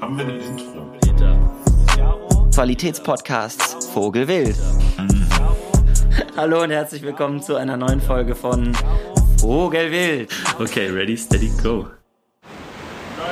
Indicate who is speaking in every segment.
Speaker 1: Haben wir ein Intro?
Speaker 2: Qualitätspodcasts Vogelwild. Hallo und herzlich willkommen zu einer neuen Folge von Vogelwild.
Speaker 1: Okay, ready, steady, go.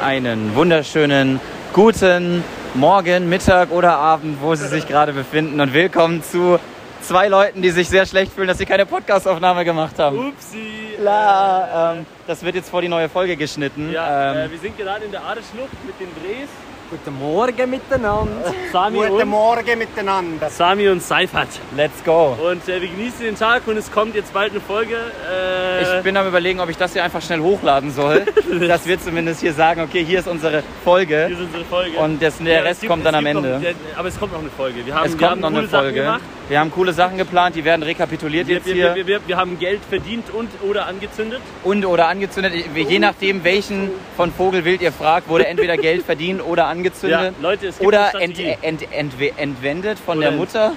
Speaker 2: Einen wunderschönen guten Morgen, Mittag oder Abend, wo Sie sich gerade befinden und willkommen zu zwei Leuten, die sich sehr schlecht fühlen, dass sie keine Podcastaufnahme gemacht haben.
Speaker 3: Upsi!
Speaker 2: Klar, ähm, das wird jetzt vor die neue Folge geschnitten.
Speaker 3: Ja,
Speaker 2: ähm,
Speaker 3: äh, wir sind gerade in der Adeschlucht mit den Drehs.
Speaker 4: äh, Guten Morgen miteinander.
Speaker 3: Sami
Speaker 4: Guten
Speaker 3: und,
Speaker 4: Morgen miteinander.
Speaker 3: Sami und Seifert.
Speaker 2: let's go.
Speaker 3: Und äh, wir genießen den Tag und es kommt jetzt bald eine Folge. Äh,
Speaker 2: Ich bin am überlegen, ob ich das hier einfach schnell hochladen soll, dass wir zumindest hier sagen, okay, hier ist unsere
Speaker 3: hier
Speaker 2: Folge
Speaker 3: ist unsere Folge.
Speaker 2: und das, der
Speaker 3: Ja, es
Speaker 2: Rest
Speaker 3: gibt-
Speaker 2: kommt dann
Speaker 3: es
Speaker 2: am
Speaker 3: gibt
Speaker 2: Ende.
Speaker 3: Noch, der- aber es kommt noch eine Folge. Wir haben,
Speaker 2: es
Speaker 3: wir
Speaker 2: kommt
Speaker 3: haben
Speaker 2: noch eine
Speaker 3: coole Sachen
Speaker 2: Folge.
Speaker 3: gemacht.
Speaker 2: Wir haben coole Sachen geplant, die werden rekapituliert
Speaker 3: Wir,
Speaker 2: jetzt
Speaker 3: wir,
Speaker 2: hier
Speaker 3: wir, wir, wir, wir haben Geld verdient und oder angezündet.
Speaker 2: und oder angezündet. Je nachdem, welchen von Vogelwild ihr fragt, wurde entweder Geld verdient oder angezündet
Speaker 3: Ja, Leute, es gibt eine
Speaker 2: oder ent,
Speaker 3: Strategie.
Speaker 2: ent, entwe- entwendet von
Speaker 3: Oder
Speaker 2: der
Speaker 3: ent-
Speaker 2: Mutter.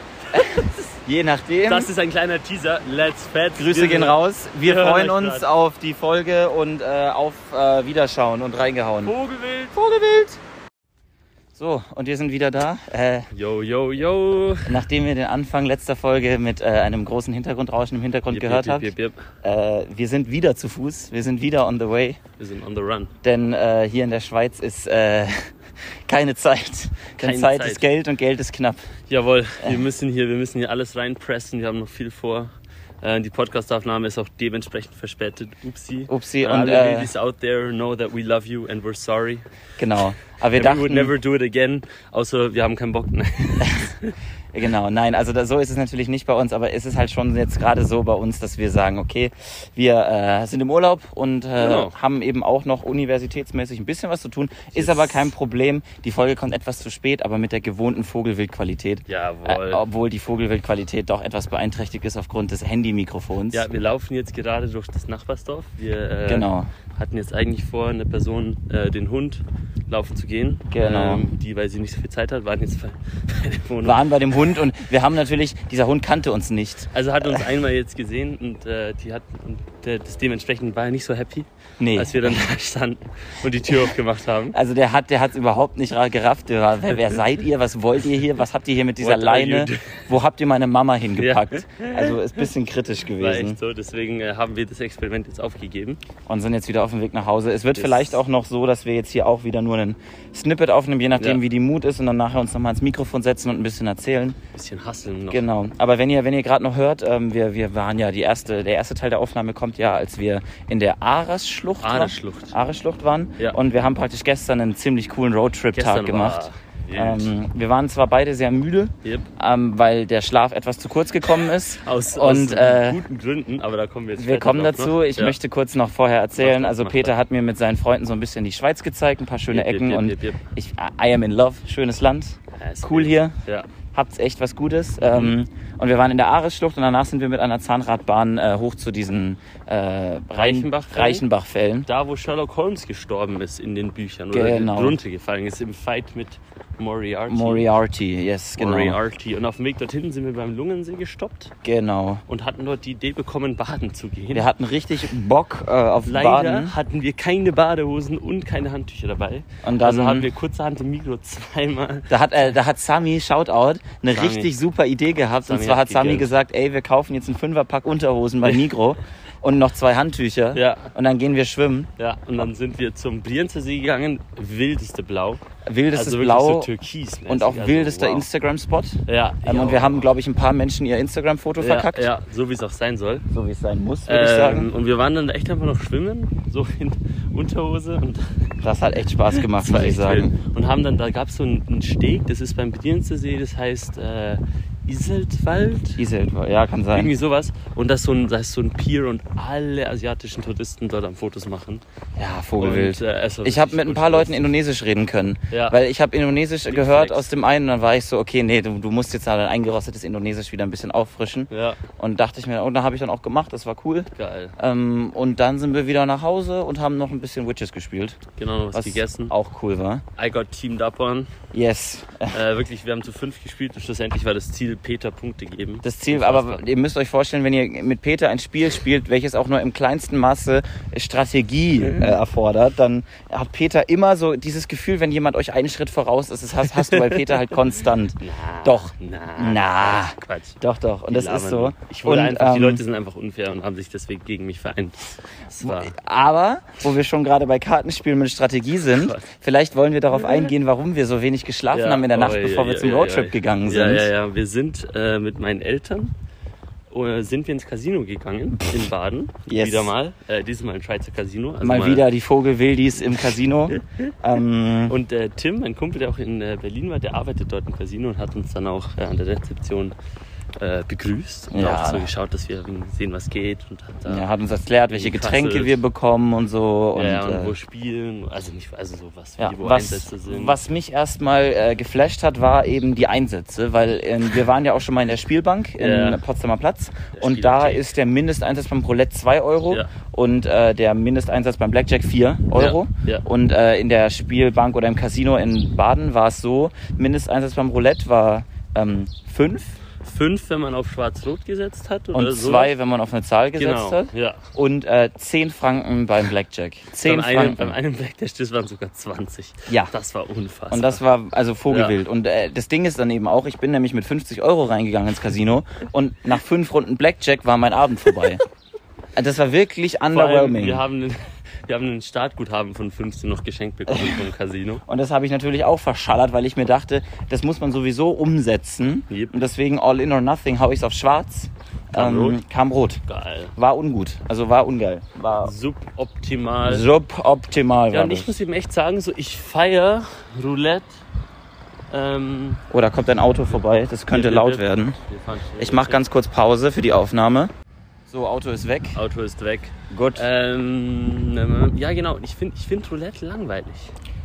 Speaker 2: Je nachdem.
Speaker 3: Das ist ein kleiner Teaser. Let's fetz.
Speaker 2: Grüße
Speaker 3: Wir-
Speaker 2: gehen raus. Wir
Speaker 3: Wir hören
Speaker 2: freuen
Speaker 3: euch
Speaker 2: uns
Speaker 3: grad.
Speaker 2: auf die Folge und äh, auf äh, Wiederschauen und reingehauen.
Speaker 3: Vogelwild.
Speaker 2: Vogelwild. So, und wir sind wieder da. Äh,
Speaker 3: Yo, yo, yo.
Speaker 2: nachdem ihr den Anfang letzter Folge mit äh, einem großen Hintergrundrauschen im Hintergrund gehört habt,
Speaker 3: yep, yep.
Speaker 2: äh, wir sind wieder zu Fuß, wir sind wieder on the way,
Speaker 3: Wir sind on the run.
Speaker 2: denn äh, hier in der Schweiz ist äh, keine Zeit. Denn
Speaker 3: Keine
Speaker 2: Zeit,
Speaker 3: Zeit.
Speaker 2: ist Geld und Geld ist knapp.
Speaker 3: Jawohl, wir müssen hier, wir müssen hier alles reinpressen, wir haben noch viel vor. Äh, die Podcastaufnahme ist auch dementsprechend verspätet. Upsi.
Speaker 2: Upsi,
Speaker 3: Äh,
Speaker 2: und,
Speaker 3: alle
Speaker 2: äh,
Speaker 3: Ladies out there know that we love you and we're sorry.
Speaker 2: Genau. Aber wir
Speaker 3: And we would
Speaker 2: dachten,
Speaker 3: never do it again, außer wir haben keinen Bock. Nein.
Speaker 2: Genau, nein, also da, so ist es natürlich nicht bei uns, aber es ist halt schon jetzt gerade so bei uns, dass wir sagen, okay, wir äh, sind im Urlaub und äh,
Speaker 3: Genau.
Speaker 2: haben eben auch noch universitätsmäßig ein bisschen was zu tun, ist aber kein Problem. Die Folge kommt etwas zu spät, aber mit der gewohnten Vogelwildqualität.
Speaker 3: Jawohl.
Speaker 2: Äh, obwohl die Vogelwildqualität doch etwas beeinträchtigt ist aufgrund des Handy-Mikrofons.
Speaker 3: Ja, wir laufen jetzt gerade durch das Nachbarsdorf. Wir äh,
Speaker 2: Genau.
Speaker 3: hatten jetzt eigentlich vor, einer Person äh, den Hund laufen zu gehen.
Speaker 2: Genau.
Speaker 3: Ähm, die, weil sie nicht so viel Zeit hat, waren jetzt bei, bei der Wohnung.
Speaker 2: Waren bei dem Hund und wir haben natürlich, dieser Hund kannte uns nicht.
Speaker 3: Also hat uns einmal jetzt gesehen und äh, die hat und der, das dementsprechend war er nicht so happy,
Speaker 2: Nee.
Speaker 3: als wir dann da standen und die Tür aufgemacht haben.
Speaker 2: Also der hat der hat's überhaupt nicht ra- gerafft. Der war, wer, wer seid ihr? Was wollt ihr hier? Was habt ihr hier mit dieser
Speaker 3: What are you
Speaker 2: Leine?
Speaker 3: doing?
Speaker 2: Wo habt ihr meine Mama hingepackt? Also ist ein bisschen kritisch
Speaker 3: War
Speaker 2: gewesen
Speaker 3: echt so, deswegen äh, haben wir das Experiment jetzt aufgegeben.
Speaker 2: und sind jetzt wieder auf dem Weg nach Hause. Es wird
Speaker 3: Das-
Speaker 2: vielleicht auch noch so, dass wir jetzt hier auch wieder nur einen Snippet aufnehmen, je nachdem
Speaker 3: Ja.
Speaker 2: wie die Mut ist und dann nachher uns nochmal ans Mikrofon setzen und ein bisschen erzählen.
Speaker 3: Bisschen hasseln noch.
Speaker 2: Genau. Aber wenn ihr, wenn ihr gerade noch hört, ähm, wir, wir waren ja die erste, der erste Teil der Aufnahme kommt ja, als wir in der Ares-Schlucht waren.
Speaker 3: Ares-Schlucht.
Speaker 2: Ares-Schlucht waren.
Speaker 3: Ja.
Speaker 2: Und wir haben praktisch gestern einen ziemlich coolen Roadtrip-Tag
Speaker 3: Gestern
Speaker 2: gemacht.
Speaker 3: war wild.
Speaker 2: Ähm, wir waren zwar beide sehr müde,
Speaker 3: Yep.
Speaker 2: ähm, weil der Schlaf etwas zu kurz gekommen ist.
Speaker 3: Aus,
Speaker 2: und
Speaker 3: aus
Speaker 2: äh,
Speaker 3: guten Gründen, aber da kommen wir jetzt
Speaker 2: wir
Speaker 3: später
Speaker 2: kommen
Speaker 3: drauf
Speaker 2: dazu.
Speaker 3: noch.
Speaker 2: Ich
Speaker 3: Ja.
Speaker 2: möchte kurz noch vorher erzählen.
Speaker 3: Mach das,
Speaker 2: Also
Speaker 3: mach
Speaker 2: Peter
Speaker 3: das.
Speaker 2: hat mir mit seinen Freunden so ein bisschen die Schweiz gezeigt, ein paar schöne
Speaker 3: Jep, jep,
Speaker 2: Ecken
Speaker 3: jep,
Speaker 2: und
Speaker 3: jep, jep.
Speaker 2: Ich, I am in love. Schönes Land.
Speaker 3: Ja, ist
Speaker 2: Cool
Speaker 3: wild.
Speaker 2: hier
Speaker 3: Ja.
Speaker 2: habt's echt was Gutes.
Speaker 3: Mhm.
Speaker 2: Ähm, und wir waren in der Aresschlucht und danach sind wir mit einer Zahnradbahn äh, hoch zu diesen äh, Rhein-
Speaker 3: Reichenbachfällen?
Speaker 2: Reichenbachfällen.
Speaker 3: Da, wo Sherlock Holmes gestorben ist in den Büchern oder
Speaker 2: Genau.
Speaker 3: runtergefallen ist im Fight mit Moriarty.
Speaker 2: Moriarty, yes, genau.
Speaker 3: Moriarty. Und auf dem Weg dorthin sind wir beim Lungensee gestoppt
Speaker 2: Genau.
Speaker 3: und hatten dort die Idee bekommen, baden zu gehen.
Speaker 2: Wir hatten richtig Bock äh, auf
Speaker 3: Leider
Speaker 2: Baden.
Speaker 3: hatten wir keine Badehosen und keine Handtücher dabei.
Speaker 2: Und dann-
Speaker 3: also haben wir kurzerhand im Mikro zweimal.
Speaker 2: Da hat, äh, da hat Sami, Shoutout, eine
Speaker 3: Sami.
Speaker 2: richtig super Idee gehabt. und
Speaker 3: Sami
Speaker 2: zwar
Speaker 3: hat
Speaker 2: hat Sami
Speaker 3: gegönnt.
Speaker 2: gesagt, ey, wir kaufen jetzt einen Fünferpack Unterhosen bei Migro und noch zwei Handtücher.
Speaker 3: Ja.
Speaker 2: Und dann gehen wir schwimmen.
Speaker 3: Ja, und dann sind wir zum Brienzer See gegangen. Wildeste Blau.
Speaker 2: Wildestes
Speaker 3: also wirklich
Speaker 2: Blau
Speaker 3: so türkis.
Speaker 2: und auch wildester
Speaker 3: wow.
Speaker 2: Instagram-Spot.
Speaker 3: Ja,
Speaker 2: Ähm,
Speaker 3: ja.
Speaker 2: und wir haben, glaube ich, ein paar Menschen ihr Instagram-Foto verkackt.
Speaker 3: Ja, Ähm, ja, so wie es auch sein soll.
Speaker 2: So wie es sein muss, würde ich sagen.
Speaker 3: und wir waren dann echt einfach noch schwimmen, so in Unterhose und
Speaker 2: Das hat echt Spaß gemacht, muss ich sagen.
Speaker 3: wild. Und haben dann, da gab es so einen, einen Steg, das ist beim Brienzer See, das heißt äh, Iseltwald.
Speaker 2: Isel, ja, kann sein.
Speaker 3: Irgendwie sowas. Und das ist so ein, das ist so ein Pier und alle asiatischen Touristen dort am Fotos machen.
Speaker 2: Ja, Vogelwild.
Speaker 3: Und, äh, es war
Speaker 2: ich habe
Speaker 3: richtig
Speaker 2: mit ein
Speaker 3: gut
Speaker 2: paar
Speaker 3: los.
Speaker 2: Leuten Indonesisch reden können.
Speaker 3: Ja.
Speaker 2: Weil ich habe Indonesisch gehört
Speaker 3: Flex.
Speaker 2: aus dem einen und dann war ich so, okay, nee, du, du musst jetzt dein eingerostetes Indonesisch wieder ein bisschen auffrischen.
Speaker 3: Ja.
Speaker 2: Und dachte ich mir, und dann habe ich dann auch gemacht, das war cool.
Speaker 3: Geil.
Speaker 2: Ähm, und dann sind wir wieder nach Hause und haben noch ein bisschen Witches gespielt.
Speaker 3: Genau, noch was,
Speaker 2: Was
Speaker 3: gegessen.
Speaker 2: auch cool war.
Speaker 3: I got teamed up on.
Speaker 2: Yes.
Speaker 3: Äh, wirklich, wir haben zu fünf gespielt und schlussendlich war das Ziel Peter Punkte geben.
Speaker 2: Das Ziel, aber ihr müsst euch vorstellen, wenn ihr mit Peter ein Spiel spielt, welches auch nur im kleinsten Maße Strategie
Speaker 3: Mhm.
Speaker 2: äh, erfordert, dann hat Peter immer so dieses Gefühl, wenn jemand euch einen Schritt voraus ist, das hast, hast du bei Peter halt konstant. Doch.
Speaker 3: Na.
Speaker 2: Na.
Speaker 3: Quatsch.
Speaker 2: Doch, doch. Und
Speaker 3: Die
Speaker 2: das
Speaker 3: labern
Speaker 2: ist so.
Speaker 3: nur. Ich wurde
Speaker 2: Und,
Speaker 3: einfach, die
Speaker 2: ähm,
Speaker 3: Leute sind einfach unfair und haben sich deswegen gegen mich vereint. Das war,
Speaker 2: Aber, wo wir schon gerade bei Kartenspielen mit Strategie sind,
Speaker 3: Gott.
Speaker 2: vielleicht wollen wir darauf eingehen, warum wir so wenig geschlafen haben in der Nacht,
Speaker 3: oi,
Speaker 2: bevor
Speaker 3: oi,
Speaker 2: wir zum
Speaker 3: oi,
Speaker 2: Roadtrip
Speaker 3: oi.
Speaker 2: gegangen sind.
Speaker 3: Ja, ja, ja. Wir sind äh, mit meinen Eltern äh, sind wir ins Casino gegangen in Baden.
Speaker 2: Yes.
Speaker 3: Wieder mal. Äh, diesmal ein Schweizer Casino. Also
Speaker 2: Mal, wieder die Vogelwildis im Casino. ähm,
Speaker 3: Und äh, Tim, mein Kumpel, der auch in äh, Berlin war, der arbeitet dort im Casino und hat uns dann auch äh, an der Rezeption äh, begrüßt und
Speaker 2: Ja.
Speaker 3: auch so geschaut, dass wir sehen, was geht und hat da
Speaker 2: ja, hat uns erklärt, welche Getränke
Speaker 3: Fasselt.
Speaker 2: wir bekommen und so. Und,
Speaker 3: ja, und
Speaker 2: äh,
Speaker 3: wo spielen, also nicht, also so was, wie
Speaker 2: Ja,
Speaker 3: wo
Speaker 2: was,
Speaker 3: Einsätze sind.
Speaker 2: was mich erstmal äh, geflasht hat, war eben die Einsätze, weil ähm, wir waren ja auch schon mal in der Spielbank in
Speaker 3: Ja.
Speaker 2: Potsdamer Platz
Speaker 3: Der
Speaker 2: und da
Speaker 3: Spielbank.
Speaker 2: ist der Mindesteinsatz beim Roulette 2 Euro
Speaker 3: Ja.
Speaker 2: und äh, der Mindesteinsatz beim Blackjack 4 Euro.
Speaker 3: Ja, ja.
Speaker 2: Und äh, in der Spielbank oder im Casino in Baden war es so, Mindesteinsatz beim Roulette war ähm, 5
Speaker 3: Fünf, wenn man auf Schwarz-Rot gesetzt hat oder
Speaker 2: und
Speaker 3: so.
Speaker 2: 2, wenn man auf eine Zahl gesetzt
Speaker 3: genau,
Speaker 2: hat.
Speaker 3: ja.
Speaker 2: Und äh, 10 Franken beim Blackjack. 10
Speaker 3: Beim einen,
Speaker 2: Franken.
Speaker 3: beim einen Blackdash, das waren sogar 20.
Speaker 2: Ja.
Speaker 3: Das war unfassbar.
Speaker 2: Und das war also Vogelwild. Und äh, das Ding ist dann eben auch, ich bin nämlich mit 50 Euro reingegangen ins Casino und nach fünf Runden Blackjack war mein Abend vorbei. Äh, das war wirklich
Speaker 3: Vor allem,
Speaker 2: underwhelming.
Speaker 3: wir haben einen, wir haben einen Startguthaben von 15 noch geschenkt bekommen vom Casino.
Speaker 2: Und das habe ich natürlich auch verschallert, weil ich mir dachte, das muss man sowieso umsetzen.
Speaker 3: Yep.
Speaker 2: Und deswegen all in or nothing hau ich es auf schwarz. Ähm,
Speaker 3: Kam rot.
Speaker 2: Kam rot.
Speaker 3: Geil.
Speaker 2: War ungut. Also war ungeil. War
Speaker 3: Suboptimal.
Speaker 2: suboptimal.
Speaker 3: Ja,
Speaker 2: War
Speaker 3: und ich
Speaker 2: das.
Speaker 3: muss eben echt sagen, so ich feier Roulette. Ähm,
Speaker 2: Oh, da kommt ein Auto vorbei. Das könnte
Speaker 3: wir- wir-
Speaker 2: laut
Speaker 3: wir-
Speaker 2: werden.
Speaker 3: wir fahren schnell
Speaker 2: Ich mache
Speaker 3: weg.
Speaker 2: ganz kurz Pause für die Aufnahme. So, Auto ist weg.
Speaker 3: Auto ist weg.
Speaker 2: Gut.
Speaker 3: Äh, Ähm, ähm, ja, genau. Ich finde ich find Roulette langweilig.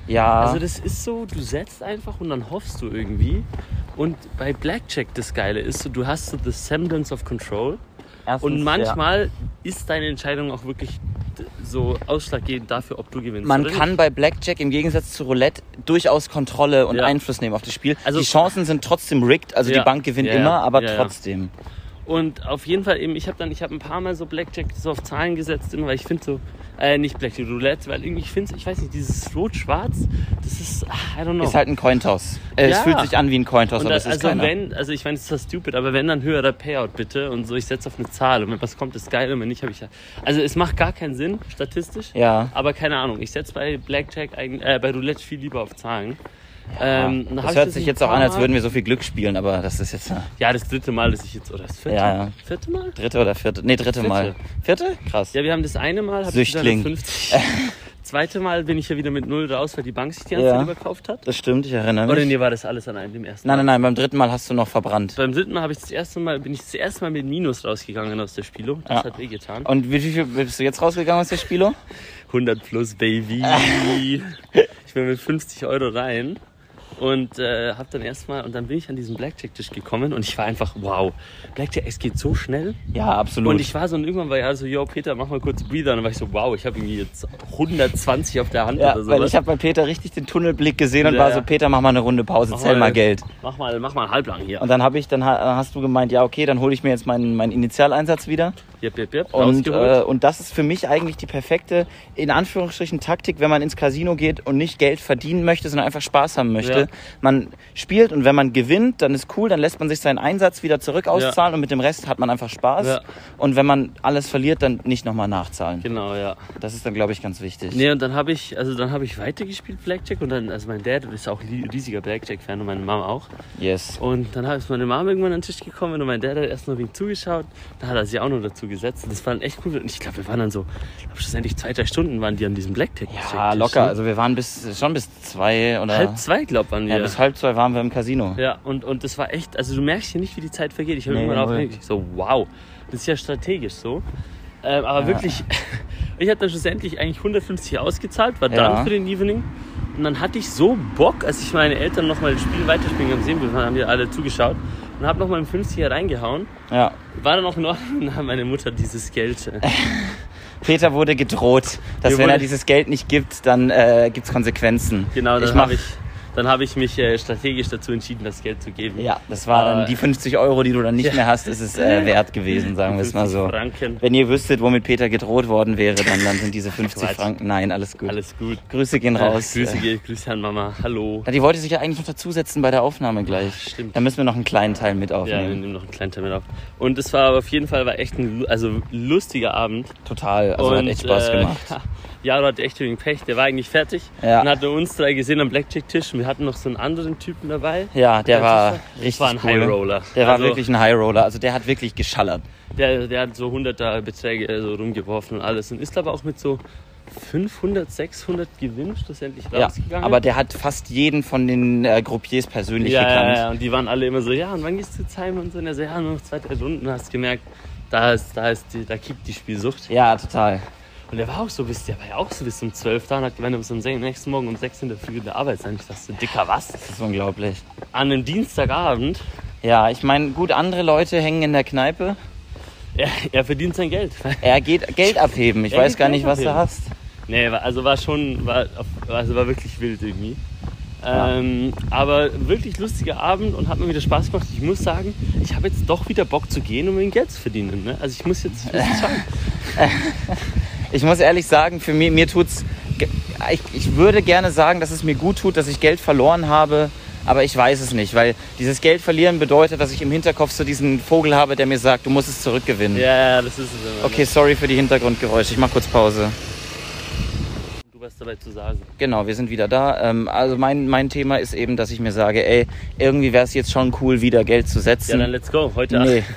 Speaker 2: ja.
Speaker 3: Also das ist so, du setzt einfach und dann hoffst du irgendwie. Und bei Blackjack das Geile ist, so, du hast so the semblance of control.
Speaker 2: Erstens,
Speaker 3: Und
Speaker 2: ja.
Speaker 3: manchmal ist deine Entscheidung auch wirklich d- so ausschlaggebend dafür, ob du gewinnst.
Speaker 2: Man
Speaker 3: oder
Speaker 2: kann bei Blackjack im Gegensatz zu Roulette durchaus Kontrolle und
Speaker 3: Ja.
Speaker 2: Einfluss nehmen auf das Spiel.
Speaker 3: Also-
Speaker 2: die Chancen sind trotzdem rigged, also
Speaker 3: Ja.
Speaker 2: die Bank gewinnt
Speaker 3: Ja, ja.
Speaker 2: immer, aber
Speaker 3: Ja, Oh. ja.
Speaker 2: trotzdem.
Speaker 3: Und auf jeden Fall eben, ich habe dann, ich habe ein paar Mal so Blackjack so auf Zahlen gesetzt, immer, weil ich finde so, äh, nicht Blackjack Roulette, weil irgendwie ich finde, ich weiß nicht, dieses Rot-Schwarz, das ist, ah, I don't know.
Speaker 2: Ist halt ein Cointoss. Äh, Es
Speaker 3: Ja.
Speaker 2: fühlt sich an wie ein Cointoss,
Speaker 3: und
Speaker 2: aber
Speaker 3: da,
Speaker 2: es ist
Speaker 3: also
Speaker 2: keiner.
Speaker 3: wenn, also ich meine, es ist zwar stupid, aber wenn dann höherer Payout bitte und so, ich setze auf eine Zahl und wenn was kommt, ist geil und wenn nicht, habe ich ja. Also es macht gar keinen Sinn, statistisch.
Speaker 2: Ja.
Speaker 3: Aber keine Ahnung, ich setze bei Blackjack, eigentlich- äh, bei Roulette viel lieber auf Zahlen. Ähm, dann hab
Speaker 2: das
Speaker 3: ich
Speaker 2: hört sich
Speaker 3: ein
Speaker 2: jetzt auch
Speaker 3: paar
Speaker 2: an, als
Speaker 3: Mal-
Speaker 2: würden wir so viel Glück spielen, aber das ist jetzt das
Speaker 3: Ja, das dritte Mal, dass ich jetzt, oder das vierte,
Speaker 2: Ja, ja.
Speaker 3: vierte Mal?
Speaker 2: dritte oder vierte. Nee, dritte
Speaker 3: Vierte.
Speaker 2: Mal. Vierte? Krass.
Speaker 3: Ja, wir haben das eine Mal, hab
Speaker 2: Süchtling.
Speaker 3: ich wieder eine 50. Zweite Mal bin ich ja wieder mit null raus, weil die Bank sich die ganze
Speaker 2: Ja.
Speaker 3: Zeit überkauft hat.
Speaker 2: Das stimmt, ich erinnere mich.
Speaker 3: Oder nee, war das alles an einem dem ersten
Speaker 2: nein,
Speaker 3: Mal?
Speaker 2: nein, nein, beim dritten Mal hast du noch verbrannt.
Speaker 3: Beim dritten Mal habe ich das erste Mal, bin ich das erste Mal mit Minus rausgegangen aus der Spielo. Das
Speaker 2: Ja.
Speaker 3: hat weh getan.
Speaker 2: Und wie viel bist du jetzt rausgegangen aus der Spielo?
Speaker 3: 100 plus, Baby. ich bin mit 50 Euro rein und äh, hab dann erstmal, und dann bin ich an diesen Blackjack-Tisch gekommen und ich war einfach, wow, Blackjack, es geht so schnell.
Speaker 2: Ja, absolut.
Speaker 3: Und ich war so, und irgendwann war ja so, yo, Peter, mach mal kurz Breather. Und dann war ich so, wow, ich habe irgendwie jetzt 120 auf der Hand
Speaker 2: ja,
Speaker 3: oder sowas.
Speaker 2: weil ich habe bei Peter richtig den Tunnelblick gesehen und
Speaker 3: Ja,
Speaker 2: war
Speaker 3: ja.
Speaker 2: so, Peter, mach mal eine Runde Pause, zähl mal Geld.
Speaker 3: Mach mal, mach mal halblang hier.
Speaker 2: Und dann habe ich, dann ha- hast du gemeint, ja okay, dann hole ich mir jetzt meinen, meinen Initialeinsatz wieder.
Speaker 3: Jep, jep, jep.
Speaker 2: Und, äh,
Speaker 3: rausgeholt.
Speaker 2: und das ist für mich eigentlich die perfekte, in Anführungsstrichen, Taktik, wenn man ins Casino geht und nicht Geld verdienen möchte, sondern einfach Spaß haben möchte.
Speaker 3: Ja.
Speaker 2: Man spielt und wenn man gewinnt, dann ist cool, dann lässt man sich seinen Einsatz wieder zurück auszahlen und mit dem Rest hat man einfach Spaß.
Speaker 3: Ja.
Speaker 2: Und wenn man alles verliert, dann nicht nochmal nachzahlen.
Speaker 3: Genau, ja.
Speaker 2: Das ist dann, glaube ich, ganz wichtig.
Speaker 3: Nee, und dann habe ich, also dann habe ich weitergespielt Blackjack und dann, also mein Dad ist auch li- riesiger Blackjack-Fan und meine Mama auch.
Speaker 2: Yes.
Speaker 3: Und dann ist meine Mama irgendwann an den Tisch gekommen und mein Dad hat erst nur wegen zugeschaut. Dann hat er sich auch noch dazu gesetzt. Und das war dann echt cool. Und ich glaube, wir waren dann so, ich glaube, schlussendlich zwei, drei Stunden waren die an diesem Blackjack.
Speaker 2: Ja, locker. Also wir waren bis schon bis zwei oder
Speaker 3: halb zwei, glaube ich, waren wir.
Speaker 2: ja, bis halb zwei waren wir im Casino.
Speaker 3: Ja, und, und das war echt, also du merkst hier nicht, wie die Zeit vergeht. Ich habe
Speaker 2: Nee,
Speaker 3: irgendwann
Speaker 2: null.
Speaker 3: aufgehört, ich so, wow, das ist ja strategisch so. Ähm, aber wirklich, ich hatte dann schlussendlich eigentlich 150 ausgezahlt, war
Speaker 2: Ja.
Speaker 3: dann für den Evening. Und dann hatte ich so Bock, als ich meine Eltern nochmal das Spiel weiterspielen haben sehen, wir haben ja alle zugeschaut, und habe nochmal einen 50er reingehauen.
Speaker 2: ja.
Speaker 3: War dann auch in Ordnung, und dann hat meine Mutter dieses Geld. äh,
Speaker 2: Peter wurde gedroht, dass
Speaker 3: Wir
Speaker 2: wenn er
Speaker 3: wurde-
Speaker 2: dieses Geld nicht gibt, dann äh, gibt's Konsequenzen.
Speaker 3: Genau, dann
Speaker 2: mach-
Speaker 3: habe ich, Dann habe ich mich äh, strategisch dazu entschieden, das Geld zu geben.
Speaker 2: Ja, das war dann
Speaker 3: Aber-
Speaker 2: die 50 Euro, die du dann nicht mehr hast, ist es äh, wert gewesen, sagen wir es mal so.
Speaker 3: 50 Franken.
Speaker 2: Wenn ihr wüsstet, womit Peter gedroht worden wäre, dann, dann sind diese 50
Speaker 3: Quatsch.
Speaker 2: Franken. Nein, alles gut.
Speaker 3: Alles gut.
Speaker 2: Grüße gehen raus.
Speaker 3: Äh, Grüße,
Speaker 2: Äh,
Speaker 3: gehen- Grüße an Mama. Hallo.
Speaker 2: na, die wollte sich ja eigentlich noch dazusetzen bei der Aufnahme gleich.
Speaker 3: stimmt.
Speaker 2: Da müssen wir noch einen kleinen Teil mit
Speaker 3: Ja, wir
Speaker 2: aufnehmen.
Speaker 3: nehmen noch einen kleinen Termin auf. Und es war aber auf jeden Fall war echt ein lu- also lustiger Abend.
Speaker 2: Total. Also
Speaker 3: und,
Speaker 2: hat echt Spaß
Speaker 3: äh,
Speaker 2: gemacht.
Speaker 3: Jaro hatte echt wegen Pech, der war eigentlich fertig.
Speaker 2: Ja.
Speaker 3: Und hatte uns drei gesehen am Blackjack-Tisch. Und wir hatten noch so einen anderen Typen dabei.
Speaker 2: Ja, der
Speaker 3: Das
Speaker 2: war
Speaker 3: ist-
Speaker 2: richtig
Speaker 3: war ein
Speaker 2: cool.
Speaker 3: Highroller.
Speaker 2: Der war
Speaker 3: Also-
Speaker 2: wirklich ein High Roller. Also der hat wirklich geschallert.
Speaker 3: Der, der hat so 100er Beträge äh, so rumgeworfen und alles. Und ist aber auch mit so 500, 600 Gewinn schlussendlich
Speaker 2: Ja,
Speaker 3: rausgegangen.
Speaker 2: aber der hat fast jeden von den äh, Groupiers persönlich
Speaker 3: ja, ja,
Speaker 2: gekannt.
Speaker 3: ja, und die waren alle immer so, ja, und wann gehst du jetzt heim und so? Und er so, ja, nur noch zwei, drei Runden. Und hast gemerkt, da ist, da ist, die, da kickt die Spielsucht.
Speaker 2: Ja, total.
Speaker 3: Und der war auch so bis, der war ja auch so bis um 12 da und hat gemeint, er muss am se- nächsten Morgen um 6 in der Früh in der Arbeit sein. Ich dachte so, dicker, was?
Speaker 2: Das ist unglaublich.
Speaker 3: An einem Dienstagabend,
Speaker 2: Ja, ich meine, gut, andere Leute hängen in der Kneipe.
Speaker 3: er, er verdient sein Geld.
Speaker 2: Er geht Geld abheben. Ich
Speaker 3: Er
Speaker 2: weiß
Speaker 3: geht
Speaker 2: gar
Speaker 3: Geld
Speaker 2: nicht, was du
Speaker 3: abheben.
Speaker 2: hast.
Speaker 3: Nee, war- also war schon, war, auf- also war wirklich wild irgendwie. Ähm, aber wirklich lustiger Abend und hat mir wieder Spaß gemacht. Ich muss sagen, ich habe jetzt doch wieder Bock zu gehen, um mein Geld zu verdienen. Ne? Also ich muss jetzt, ich muss jetzt schauen.
Speaker 2: Ich muss ehrlich sagen, für mich, mir tut's. ge- Ich, ich würde gerne sagen, dass es mir gut tut, dass ich Geld verloren habe, aber ich weiß es nicht, weil dieses Geld verlieren bedeutet, dass ich im Hinterkopf so diesen Vogel habe, der mir sagt, du musst es zurückgewinnen.
Speaker 3: Ja, das ist es immer.
Speaker 2: Okay, sorry für die Hintergrundgeräusche. Ich mach kurz Pause.
Speaker 3: Du warst dabei zu sagen.
Speaker 2: Genau, wir sind wieder da. Ähm, also mein, mein Thema ist eben, dass ich mir sage, ey, irgendwie wäre es jetzt schon cool, wieder Geld zu
Speaker 3: Ja,
Speaker 2: setzen.
Speaker 3: dann let's go. Heute
Speaker 2: nee.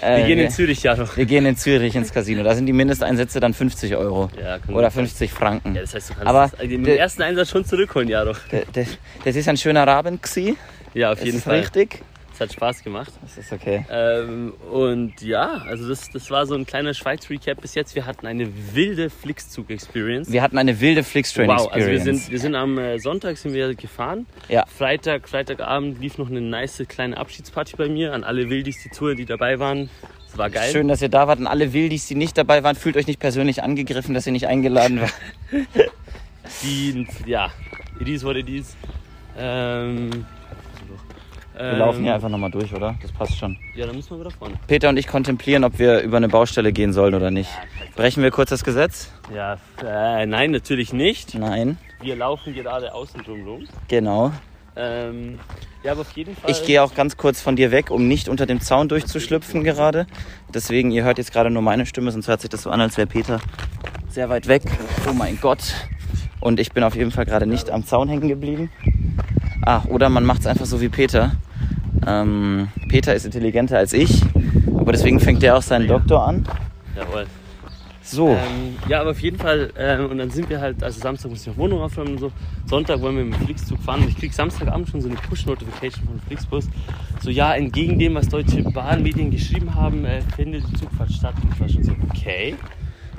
Speaker 3: Wir
Speaker 2: Äh,
Speaker 3: gehen
Speaker 2: wir-
Speaker 3: in Zürich, ja noch.
Speaker 2: wir gehen in Zürich ins Casino. Da sind die Mindesteinsätze dann 50 Euro.
Speaker 3: Ja, kann
Speaker 2: Oder
Speaker 3: gut sein.
Speaker 2: 50 Franken.
Speaker 3: Ja, das heißt, du kannst
Speaker 2: Aber
Speaker 3: das- also den
Speaker 2: der-
Speaker 3: ersten Einsatz schon zurückholen, ja doch.
Speaker 2: D- d- Das ist ein schöner Raben, Xi.
Speaker 3: Ja, auf
Speaker 2: Ist
Speaker 3: jeden
Speaker 2: das
Speaker 3: Fall.
Speaker 2: richtig?
Speaker 3: Es hat Spaß gemacht.
Speaker 2: Das ist okay.
Speaker 3: Ähm, und ja, also das, das war so ein kleiner Schweiz-Recap bis jetzt. Wir hatten eine wilde Flixzug-Experience.
Speaker 2: Wir hatten eine wilde Flixtrain-Experience.
Speaker 3: Wow, also wir sind, wir sind am äh, Sonntag sind wir gefahren.
Speaker 2: Ja.
Speaker 3: Freitag, Freitagabend lief noch eine nice kleine Abschiedsparty bei mir an alle Wildis, die Tour, die dabei waren. Es war geil.
Speaker 2: Schön, dass ihr da wart und alle Wildis, die nicht dabei waren, fühlt euch nicht persönlich angegriffen, dass ihr nicht eingeladen wart.
Speaker 3: Die, ja, it is what it is. Ähm,
Speaker 2: Wir laufen hier einfach nochmal durch, oder? Das passt schon.
Speaker 3: Ja, dann müssen wir wieder vorne.
Speaker 2: Peter und ich kontemplieren, ob wir über eine Baustelle gehen sollen oder nicht. Brechen wir kurz das Gesetz?
Speaker 3: Ja, f- äh, nein, natürlich nicht.
Speaker 2: Nein.
Speaker 3: Wir laufen gerade außen drum rum.
Speaker 2: Genau.
Speaker 3: Ähm, ja, aber auf jeden Fall.
Speaker 2: Ich gehe auch ganz kurz von dir weg, um nicht unter dem Zaun durchzuschlüpfen gerade. Deswegen, ihr hört jetzt gerade nur meine Stimme, sonst hört sich das so an, als wäre Peter sehr weit weg. Oh mein Gott. Und ich bin auf jeden Fall gerade nicht am Zaun hängen geblieben. Ah, oder man macht es einfach so wie Peter. Ähm, Peter ist intelligenter als ich, aber deswegen fängt er auch seinen Doktor an.
Speaker 3: Jawohl.
Speaker 2: So,
Speaker 3: Ähm, ja, aber auf jeden Fall. Ähm, und dann sind wir halt, also Samstag muss ich noch Wohnung aufräumen und so. Sonntag wollen wir mit dem Flixzug fahren. Und ich krieg Samstagabend schon so eine Push-Notification von Flixbus. So, ja, entgegen dem, was deutsche Bahnmedien geschrieben haben, äh, findet die Zugfahrt statt. Und ich war schon so, okay.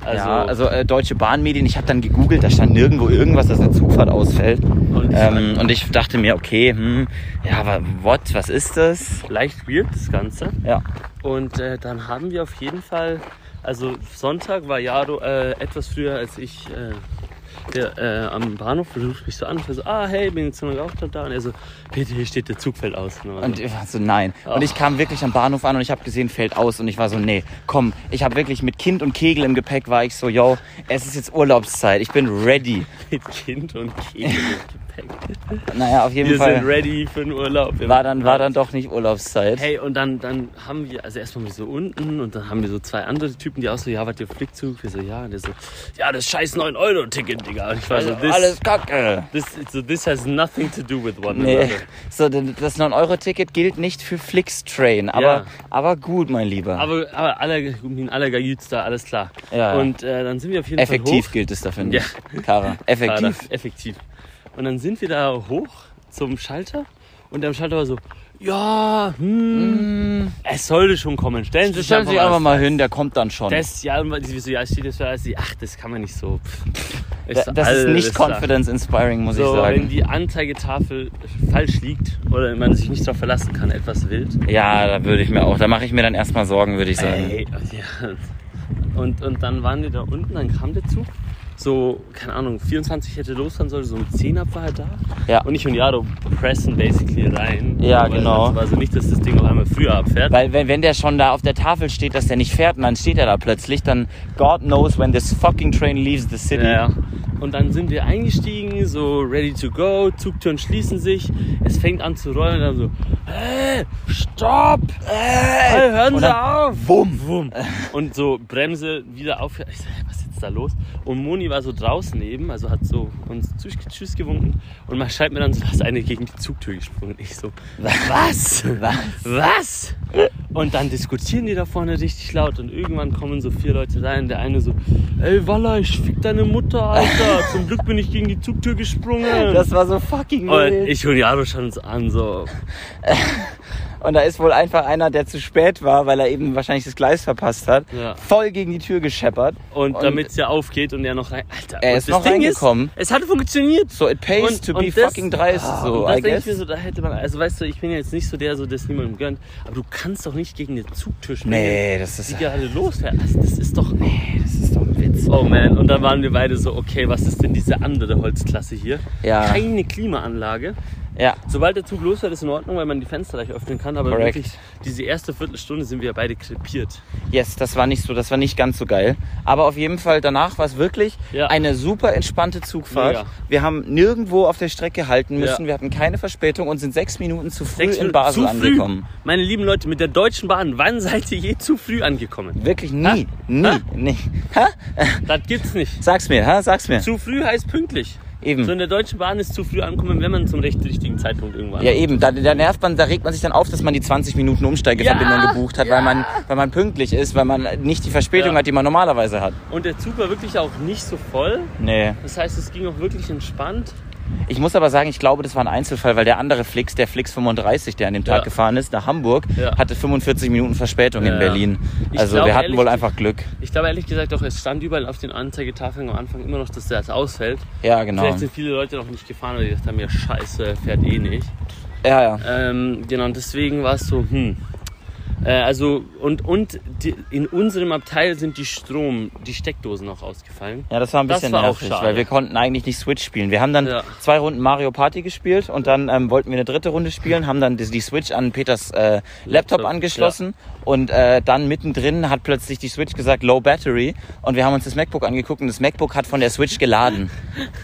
Speaker 3: Also,
Speaker 2: ja, also äh, Deutsche Bahnmedien, ich habe dann gegoogelt, da stand nirgendwo irgendwas, dass eine Zugfahrt ausfällt.
Speaker 3: Und-
Speaker 2: ähm, und ich dachte mir, okay, hm, ja, wa- what, was ist das?
Speaker 3: leicht weird das Ganze.
Speaker 2: Ja,
Speaker 3: Und äh, dann haben wir auf jeden Fall, also Sonntag war Jaro äh, etwas früher als ich äh, der, äh, am Bahnhof. Er ruft mich so an, ich war so, ah hey, bin jetzt noch auch da. Und er so, Peter, hier steht der Zug fällt aus. Und dann war
Speaker 2: und
Speaker 3: so,
Speaker 2: ich war so, nein. Und ich kam wirklich am Bahnhof an und ich habe gesehen, fällt aus. Und ich war so, nee, komm, ich habe wirklich mit Kind und Kegel im Gepäck, war ich so, yo, es ist jetzt Urlaubszeit, ich bin ready.
Speaker 3: mit Kind und Kegel im Gepäck.
Speaker 2: Naja, auf jeden
Speaker 3: Wir sind
Speaker 2: Fall
Speaker 3: ready für den Urlaub. Wir
Speaker 2: war dann, war dann doch nicht Urlaubszeit.
Speaker 3: Hey, und dann, dann haben wir, also erstmal wir so unten und dann haben wir so zwei andere Typen, die auch so, ja, was, der Flickzug? Wir so, ja. Und der so, ja, das scheiß 9-Euro-Ticket, Digga. Und ich war so,
Speaker 2: also,
Speaker 3: this,
Speaker 2: alles kacke.
Speaker 3: This, so this has nothing to do with one
Speaker 2: Nee,
Speaker 3: another.
Speaker 2: so, denn das 9-Euro-Ticket gilt nicht für Flixtrain, aber,
Speaker 3: Ja.
Speaker 2: aber gut, mein Lieber.
Speaker 3: Aber, aber aller, um den Allergajüts da, alles klar.
Speaker 2: Ja.
Speaker 3: Und äh, dann sind wir auf jeden
Speaker 2: effektiv
Speaker 3: Fall hoch.
Speaker 2: gilt es dafür nicht. Kara, effektiv.
Speaker 3: Effektiv. Effektiv. Und dann sind wir da hoch zum Schalter und der Schalter war so, ja, hm, es sollte schon kommen. Stellen Sie
Speaker 2: Sie Mm.
Speaker 3: sich
Speaker 2: stellen
Speaker 3: einfach
Speaker 2: sich einfach
Speaker 3: mal.
Speaker 2: mal hin, der kommt dann schon. Das,
Speaker 3: Das, ja, und die so, ja, steht das für alles. Die, Ach, das kann man nicht so. Pff. Ich so,
Speaker 2: das ist nicht
Speaker 3: alles klar.
Speaker 2: confidence-inspiring, muss ich
Speaker 3: So, wenn
Speaker 2: sagen.
Speaker 3: die Anzeigetafel falsch liegt oder man sich nicht darauf verlassen kann, etwas wild,
Speaker 2: Ja, da würde ich mir auch, da mache ich mir dann erstmal Sorgen, würde ich sagen.
Speaker 3: Ey, ja. Und, und dann waren wir da unten, dann kam der Zug. so, keine Ahnung, 24 hätte los sein sollen, so um 10 ab war er da.
Speaker 2: Ja.
Speaker 3: Und ich und Jaro pressen basically rein.
Speaker 2: Ja,
Speaker 3: Aber
Speaker 2: genau.
Speaker 3: Also, also nicht, dass das Ding auf einmal früher abfährt.
Speaker 2: Weil wenn, wenn der schon da auf der Tafel steht, dass der nicht fährt und dann steht er da plötzlich, dann God knows when this fucking train leaves the city.
Speaker 3: Ja, ja. Und dann sind wir eingestiegen, so ready to go, Zugtüren schließen sich, es fängt an zu rollen und dann so, hey, stopp, hey, hören
Speaker 2: Und
Speaker 3: Sie
Speaker 2: dann
Speaker 3: auf.
Speaker 2: wumm.
Speaker 3: Und so Bremse wieder auf. Ich so, hey, was ist jetzt da los? Und Moni war so draußen eben, also hat so uns tschüss, tschüss gewunken und man schreibt mir dann so, da ist eine gegen die Zugtür gesprungen. Ich so, was? Was? Und dann diskutieren die da vorne richtig laut und irgendwann kommen so vier Leute rein. Der eine so, ey Walla, ich fick deine Mutter, Alter. Zum Glück bin ich gegen die Zugtür gesprungen.
Speaker 2: Das war so fucking
Speaker 3: und
Speaker 2: wild.
Speaker 3: ich und Jaro schauen uns an, so,
Speaker 2: Und da ist wohl einfach einer, der zu spät war, weil er eben wahrscheinlich das Gleis verpasst hat,
Speaker 3: Ja.
Speaker 2: voll gegen die Tür gescheppert.
Speaker 3: Und, damit es ja aufgeht und er noch rein. Alter,
Speaker 2: Er
Speaker 3: und
Speaker 2: ist noch reingekommen.
Speaker 3: Ist, es hat funktioniert.
Speaker 2: So it pays to be fucking 30,
Speaker 3: ah,
Speaker 2: so,
Speaker 3: und das
Speaker 2: I
Speaker 3: denke
Speaker 2: guess.
Speaker 3: ich mir so, da hätte man, also weißt du, ich bin ja jetzt nicht so der, so das niemandem gönnt, aber du kannst doch nicht gegen den Zugtisch
Speaker 2: Nee, das ist,
Speaker 3: die gerade losfährt. Also, das ist doch, nee, das
Speaker 2: das ist doch ein Witz.
Speaker 3: Oh man, und dann waren wir beide so, okay, was ist denn diese andere Holzklasse hier?
Speaker 2: Ja.
Speaker 3: Keine Klimaanlage.
Speaker 2: Ja,
Speaker 3: Sobald der Zug losfährt, ist in Ordnung, weil man die Fenster gleich öffnen kann, aber
Speaker 2: Korrekt.
Speaker 3: wirklich, diese erste Viertelstunde sind wir beide krepiert.
Speaker 2: yes, das war nicht so, das war nicht ganz so geil. Aber auf jeden Fall, danach war es wirklich
Speaker 3: Ja.
Speaker 2: eine super entspannte Zugfahrt.
Speaker 3: Mega.
Speaker 2: Wir haben nirgendwo auf der Strecke halten müssen,
Speaker 3: Ja.
Speaker 2: wir hatten keine Verspätung und sind sechs Minuten zu früh
Speaker 3: Sechs
Speaker 2: in
Speaker 3: Minuten
Speaker 2: Basel
Speaker 3: zu früh.
Speaker 2: angekommen.
Speaker 3: Meine lieben Leute, mit der Deutschen Bahn, wann seid ihr je zu früh angekommen?
Speaker 2: Wirklich nie, nie,
Speaker 3: Ha?
Speaker 2: nie. Ha?
Speaker 3: Das gibt's nicht.
Speaker 2: Sag's mir, ha? sag's mir.
Speaker 3: Zu früh heißt pünktlich.
Speaker 2: Eben.
Speaker 3: So in der Deutschen Bahn ist zu früh ankommen, wenn man zum recht richtigen Zeitpunkt irgendwann.
Speaker 2: Ja, eben, da, da nervt man, da regt man sich dann auf, dass man die 20 Minuten Umsteigeverbindung
Speaker 3: Ja,
Speaker 2: gebucht hat, weil, man, weil man pünktlich ist, weil man nicht die Verspätung
Speaker 3: Ja.
Speaker 2: hat, die man normalerweise hat.
Speaker 3: Und der Zug war wirklich auch nicht so voll.
Speaker 2: Nee.
Speaker 3: Das heißt, es ging auch wirklich entspannt.
Speaker 2: Ich muss aber sagen, ich glaube, das war ein Einzelfall, weil der andere Flix, der Flix 35, der an dem Tag
Speaker 3: Ja.
Speaker 2: gefahren ist, nach Hamburg,
Speaker 3: Ja.
Speaker 2: hatte 45 Minuten Verspätung in
Speaker 3: Ja.
Speaker 2: Berlin.
Speaker 3: Ich
Speaker 2: Also
Speaker 3: glaub,
Speaker 2: wir hatten
Speaker 3: ehrlich,
Speaker 2: wohl
Speaker 3: die-
Speaker 2: einfach Glück.
Speaker 3: Ich glaube ehrlich gesagt auch, es stand überall auf den Anzeigetafeln am Anfang immer noch, dass das ausfällt.
Speaker 2: Ja, genau.
Speaker 3: Vielleicht sind viele Leute noch nicht gefahren, weil die gedacht haben, ja scheiße, fährt eh nicht.
Speaker 2: Ja, ja.
Speaker 3: Ähm, genau, und deswegen war es so, hm. Äh, also, und, und die, in unserem Abteil sind die Strom, die Steckdosen noch ausgefallen.
Speaker 2: Ja, das war ein
Speaker 3: Das
Speaker 2: bisschen
Speaker 3: war auch
Speaker 2: nervig,
Speaker 3: schade.
Speaker 2: weil wir konnten eigentlich nicht Switch spielen. Wir haben dann
Speaker 3: Ja.
Speaker 2: zwei Runden Mario Party gespielt und dann ähm, wollten wir eine dritte Runde spielen, haben dann die, die Switch an Peters äh, Laptop
Speaker 3: Laptop,
Speaker 2: angeschlossen und äh, dann mittendrin hat plötzlich die Switch gesagt Low Battery und wir haben uns das MacBook angeguckt und das MacBook hat von der Switch geladen.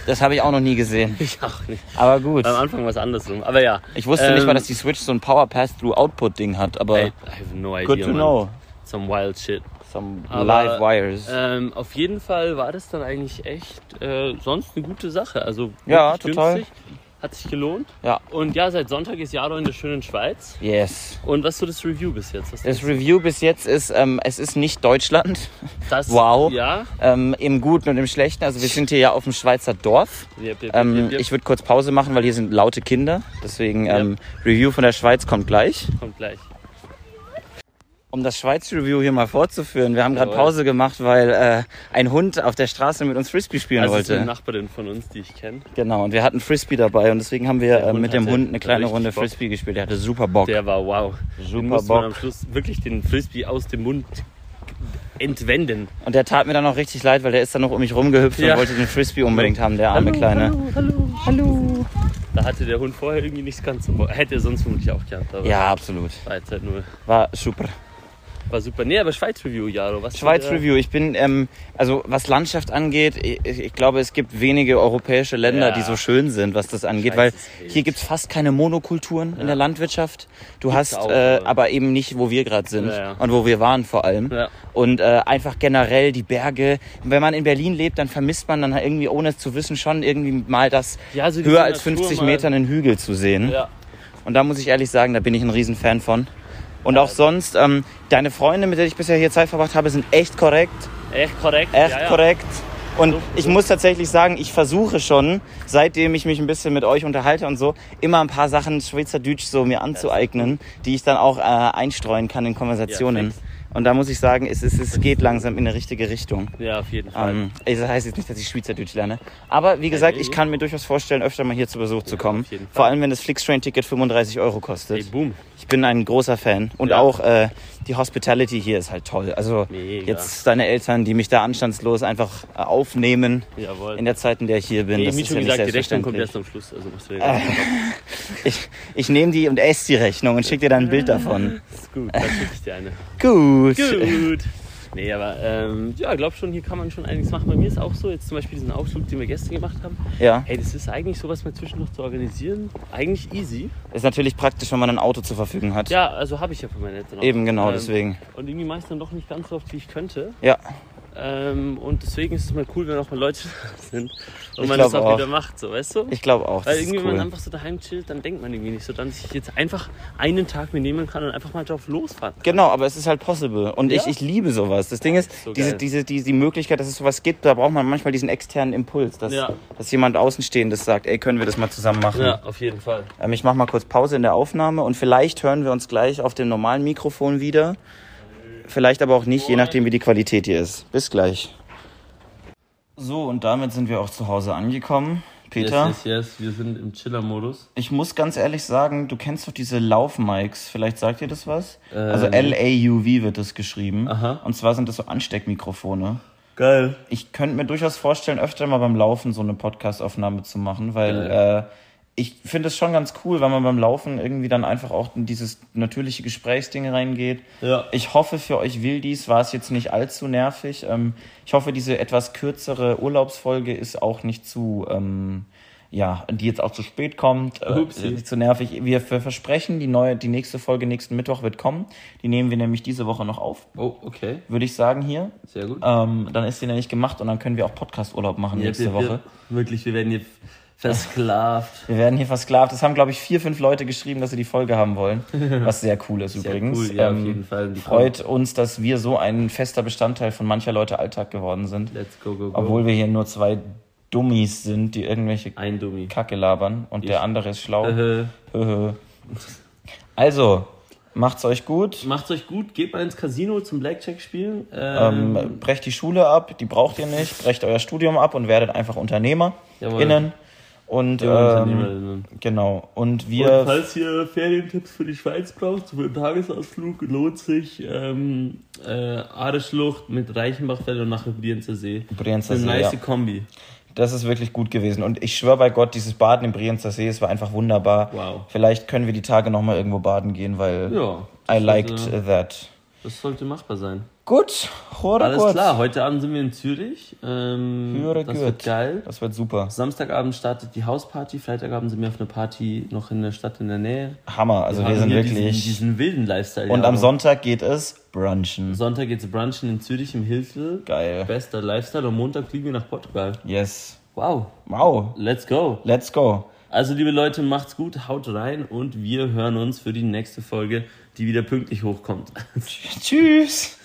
Speaker 2: das habe ich auch noch nie gesehen.
Speaker 3: Ich auch nicht.
Speaker 2: Aber gut.
Speaker 3: Am Anfang war es andersrum, aber ja.
Speaker 2: Ich wusste nicht mal,
Speaker 3: ähm,
Speaker 2: dass die Switch so ein Power Pass-Through Output Ding hat, aber
Speaker 3: I, Ähm, I have no idea.
Speaker 2: good to
Speaker 3: man.
Speaker 2: know.
Speaker 3: Some wild shit.
Speaker 2: Some
Speaker 3: Aber,
Speaker 2: live wires.
Speaker 3: Ähm, auf jeden Fall war das dann eigentlich echt äh, sonst eine gute Sache. Also
Speaker 2: Ja,
Speaker 3: wirklich
Speaker 2: total.
Speaker 3: günstig, hat sich gelohnt.
Speaker 2: Ja.
Speaker 3: Und ja, seit Sonntag ist Jaro in der schönen Schweiz.
Speaker 2: Yes.
Speaker 3: Und was ist so das Review bis jetzt? Was
Speaker 2: Das Review bis jetzt ist, ähm, es ist nicht Deutschland.
Speaker 3: das,
Speaker 2: wow.
Speaker 3: Ja.
Speaker 2: ähm, im Guten und im Schlechten. Also wir sind hier ja auf dem Schweizer Dorf.
Speaker 3: Yep, yep,
Speaker 2: Ähm,
Speaker 3: yep, yep.
Speaker 2: ich würde kurz Pause machen, weil hier sind laute Kinder. Deswegen ähm, Review von der Schweiz kommt gleich.
Speaker 3: Kommt gleich.
Speaker 2: Um das Schweiz Review hier mal fortzuführen, wir haben gerade
Speaker 3: Jawohl.
Speaker 2: Pause gemacht, weil äh, ein Hund auf der Straße mit uns Frisbee spielen
Speaker 3: Das Also ist eine
Speaker 2: wollte.
Speaker 3: Nachbarin von uns, die ich kenne.
Speaker 2: Genau, und wir hatten Frisbee dabei und deswegen haben wir
Speaker 3: Der
Speaker 2: äh,
Speaker 3: Hund
Speaker 2: mit dem
Speaker 3: hatte
Speaker 2: Hund eine kleine
Speaker 3: richtig
Speaker 2: Runde
Speaker 3: Bock.
Speaker 2: Frisbee gespielt. Der hatte super Bock.
Speaker 3: Der war wow.
Speaker 2: Super
Speaker 3: Den musste man
Speaker 2: Bock.
Speaker 3: am Schluss wirklich den Frisbee aus dem Mund entwenden.
Speaker 2: Und der tat mir dann auch richtig leid, weil der ist dann noch um mich rumgehüpft
Speaker 3: Ja.
Speaker 2: und wollte den Frisbee unbedingt haben, der arme Kleine.
Speaker 3: Hallo, hallo, hallo. Da hatte der Hund vorher irgendwie nichts ganz so. Hätte er sonst vermutlich auch gehabt. Aber
Speaker 2: Ja, absolut.
Speaker 3: War jetzt halt nur.
Speaker 2: War super.
Speaker 3: War super. Nee, aber Schweiz Review, Jaro. Was
Speaker 2: Schweiz
Speaker 3: hat er-
Speaker 2: Review. Ich bin, ähm, also was Landschaft angeht, ich, ich glaube, es gibt wenige europäische Länder,
Speaker 3: Ja.
Speaker 2: die so schön sind, was das angeht,
Speaker 3: Schweiz
Speaker 2: weil
Speaker 3: ist wild.
Speaker 2: hier gibt's fast keine Monokulturen in der Landwirtschaft. Du hast,
Speaker 3: auch,
Speaker 2: äh,
Speaker 3: ja.
Speaker 2: aber eben nicht, wo wir gerade sind
Speaker 3: Ja, ja.
Speaker 2: und wo wir waren vor allem.
Speaker 3: Ja.
Speaker 2: Und äh, einfach generell die Berge. Wenn man in Berlin lebt, dann vermisst man dann irgendwie, ohne es zu wissen, schon irgendwie mal das
Speaker 3: Ja, also diese
Speaker 2: höher als
Speaker 3: Natur
Speaker 2: 50
Speaker 3: mal.
Speaker 2: Metern einen Hügel zu sehen.
Speaker 3: Ja.
Speaker 2: Und da muss ich ehrlich sagen, da bin ich ein Riesenfan von. Und auch sonst, ähm, deine Freunde, mit denen ich bisher hier Zeit verbracht habe, sind echt korrekt.
Speaker 3: Echt korrekt.
Speaker 2: Echt
Speaker 3: ja, ja.
Speaker 2: korrekt. Und
Speaker 3: So,
Speaker 2: ich
Speaker 3: so.
Speaker 2: muss tatsächlich sagen, ich versuche schon, seitdem ich mich ein bisschen mit euch unterhalte und so, immer ein paar Sachen Schweizerdeutsch so mir anzueignen, die ich dann auch äh, einstreuen kann in Konversationen.
Speaker 3: fix.
Speaker 2: Und da muss ich sagen, es, es, es geht langsam in eine richtige Richtung.
Speaker 3: Ja, auf jeden Fall.
Speaker 2: Ähm, also das heißt jetzt nicht, dass ich Schweizerdeutsch lerne. Aber wie gesagt, ich kann mir durchaus vorstellen, öfter mal hier zu Besuch zu kommen.
Speaker 3: auf jeden Fall.
Speaker 2: Vor allem, wenn das Flixtrain-Ticket 35 Euro kostet.
Speaker 3: Ey, boom.
Speaker 2: Ich bin ein großer Fan. Und
Speaker 3: Ja.
Speaker 2: auch äh, die Hospitality hier ist halt toll. Also
Speaker 3: Mega.
Speaker 2: jetzt deine Eltern, die mich da anstandslos einfach äh, aufnehmen
Speaker 3: Jawohl.
Speaker 2: in der Zeit, in der ich hier bin.
Speaker 3: Nee,
Speaker 2: das
Speaker 3: wie
Speaker 2: ist
Speaker 3: schon
Speaker 2: ja nicht
Speaker 3: gesagt, die Rechnung kommt
Speaker 2: selbstverständlich.
Speaker 3: erst am Schluss. Also musst du dir das
Speaker 2: Ich, ich nehme die und esse die Rechnung und schicke dir dann ein Bild davon.
Speaker 3: ist gut, dann schicke ich dir eine.
Speaker 2: Ah. Gut.
Speaker 3: Gut. Nee, aber ähm, ja, glaub schon, hier kann man schon einiges machen. Bei mir ist auch so, jetzt zum Beispiel diesen Ausflug, den wir gestern gemacht haben.
Speaker 2: Ja,
Speaker 3: Hey, das ist eigentlich sowas mal zwischendurch zu organisieren. Eigentlich easy.
Speaker 2: ist natürlich praktisch, wenn man ein Auto zur Verfügung hat.
Speaker 3: Ja, also habe ich ja von meinen Eltern auch.
Speaker 2: Eben genau,
Speaker 3: Ähm,
Speaker 2: deswegen.
Speaker 3: Und irgendwie mache ich es dann doch nicht ganz so oft, wie ich könnte.
Speaker 2: Ja,
Speaker 3: Ähm, und deswegen ist es mal cool, wenn auch mal Leute da sind und
Speaker 2: Ich
Speaker 3: man das
Speaker 2: glaub
Speaker 3: auch,
Speaker 2: auch.
Speaker 3: wieder macht, so weißt du?
Speaker 2: ich glaube auch. Das
Speaker 3: Weil
Speaker 2: ist
Speaker 3: irgendwie, wenn man
Speaker 2: cool.
Speaker 3: einfach so daheim chillt, dann denkt man irgendwie nicht so, dran, dass ich jetzt einfach einen Tag mir nehmen kann und einfach mal drauf losfahren kann.
Speaker 2: Genau, aber es ist halt possible. Und ich,
Speaker 3: Ja.
Speaker 2: ich liebe sowas. Das Ding ist,
Speaker 3: so
Speaker 2: diese,
Speaker 3: geil.
Speaker 2: diese, die, die Möglichkeit, dass es sowas gibt, da braucht man manchmal diesen externen Impuls, dass,
Speaker 3: Ja.
Speaker 2: dass jemand Außenstehendes sagt, ey, können wir das mal zusammen machen?
Speaker 3: Ja, auf jeden Fall.
Speaker 2: Ähm, ich mache mal kurz Pause in der Aufnahme und vielleicht hören wir uns gleich auf dem normalen Mikrofon wieder. Vielleicht aber auch nicht, je nachdem, wie die Qualität hier ist. Bis gleich. So, und damit sind wir auch zu Hause angekommen. Peter,
Speaker 3: Yes, yes, yes. Wir sind im Chiller-Modus.
Speaker 2: ich muss ganz ehrlich sagen, du kennst doch diese Laufmics. Vielleicht sagt dir das was? Also
Speaker 3: Ähm.
Speaker 2: LAUV wird das geschrieben.
Speaker 3: Aha.
Speaker 2: Und zwar sind das so Ansteckmikrofone.
Speaker 3: Geil.
Speaker 2: Ich könnte mir durchaus vorstellen, öfter mal beim Laufen so eine Podcast-Aufnahme zu machen, weil äh, ich finde es schon ganz cool, weil man beim Laufen irgendwie dann einfach auch in dieses natürliche Gesprächsding reingeht.
Speaker 3: Ja.
Speaker 2: Ich hoffe, für euch Wildies war es jetzt nicht allzu nervig. Ähm, ich hoffe, diese etwas kürzere Urlaubsfolge ist auch nicht zu, ähm, ja, die jetzt auch zu spät kommt. Äh,
Speaker 3: Upsi.
Speaker 2: nicht zu nervig. Wir ver- versprechen, die, neue, die nächste Folge nächsten Mittwoch wird kommen. Die nehmen wir nämlich diese Woche noch auf,
Speaker 3: Oh, okay.
Speaker 2: würde ich sagen hier.
Speaker 3: Sehr gut.
Speaker 2: Ähm, dann ist sie nämlich gemacht und dann können wir auch Podcast-Urlaub machen nächste
Speaker 3: wir,
Speaker 2: Woche.
Speaker 3: Wir, wirklich, wir werden hier versklavt.
Speaker 2: Wir werden hier versklavt. Es haben, glaube ich, vier, fünf Leute geschrieben, dass sie die Folge haben wollen. Was sehr cool ist übrigens.
Speaker 3: cool, ja, auf
Speaker 2: Ähm,
Speaker 3: jeden Fall. Die
Speaker 2: Freut uns, dass wir so ein fester Bestandteil von mancher Leute Alltag geworden sind.
Speaker 3: Let's go, go, go.
Speaker 2: Obwohl wir hier nur zwei Dummies sind, die irgendwelche
Speaker 3: Ein Dummi.
Speaker 2: Kacke labern und der andere ist schlau.
Speaker 3: Äh,
Speaker 2: Höhö. also, macht's euch gut.
Speaker 3: macht's euch gut, geht mal ins Casino zum Blackjack spielen. Ähm,
Speaker 2: Ähm, brecht die Schule ab, die braucht ihr nicht. Brecht euer Studium ab und werdet einfach Unternehmer.
Speaker 3: Jawohl.
Speaker 2: Innen. Und ähm,
Speaker 3: Unternehmerinnen.
Speaker 2: genau. Und wir.
Speaker 3: Und falls ihr Ferientipps für die Schweiz braucht, für einen Tagesausflug, lohnt sich ähm, äh, Adeschlucht mit Reichenbachfeld und nachher Brienzer See.
Speaker 2: Brienzer
Speaker 3: Eine
Speaker 2: See,
Speaker 3: nice
Speaker 2: ja.
Speaker 3: Kombi.
Speaker 2: Das ist wirklich gut gewesen. Und ich schwöre bei Gott, dieses Baden im Brienzer See, es war einfach wunderbar.
Speaker 3: Wow.
Speaker 2: Vielleicht können wir die Tage nochmal irgendwo baden gehen, weil
Speaker 3: Ja. äh,
Speaker 2: I liked
Speaker 3: sollte,
Speaker 2: that.
Speaker 3: Das sollte machbar sein.
Speaker 2: Gut, oder
Speaker 3: Alles
Speaker 2: gut.
Speaker 3: klar, heute Abend sind wir in Zürich. Ähm,
Speaker 2: Oder
Speaker 3: das
Speaker 2: gut.
Speaker 3: wird geil.
Speaker 2: Das wird super.
Speaker 3: Samstagabend startet die Hausparty, Freitagabend sind wir auf einer Party noch in der Stadt in der Nähe.
Speaker 2: Hammer, also wir
Speaker 3: haben
Speaker 2: sind
Speaker 3: hier
Speaker 2: wirklich...
Speaker 3: Diesen, diesen wilden Lifestyle.
Speaker 2: und
Speaker 3: ja.
Speaker 2: am Sonntag geht es brunchen.
Speaker 3: Sonntag geht's brunchen in Zürich im Hilfel.
Speaker 2: Geil.
Speaker 3: Bester Lifestyle. Und Montag fliegen wir nach Portugal.
Speaker 2: Yes.
Speaker 3: Wow.
Speaker 2: Wow,
Speaker 3: Let's go.
Speaker 2: let's go.
Speaker 3: Also, liebe Leute, macht's gut, haut rein und wir hören uns für die nächste Folge, die wieder pünktlich hochkommt.
Speaker 2: Tschüss.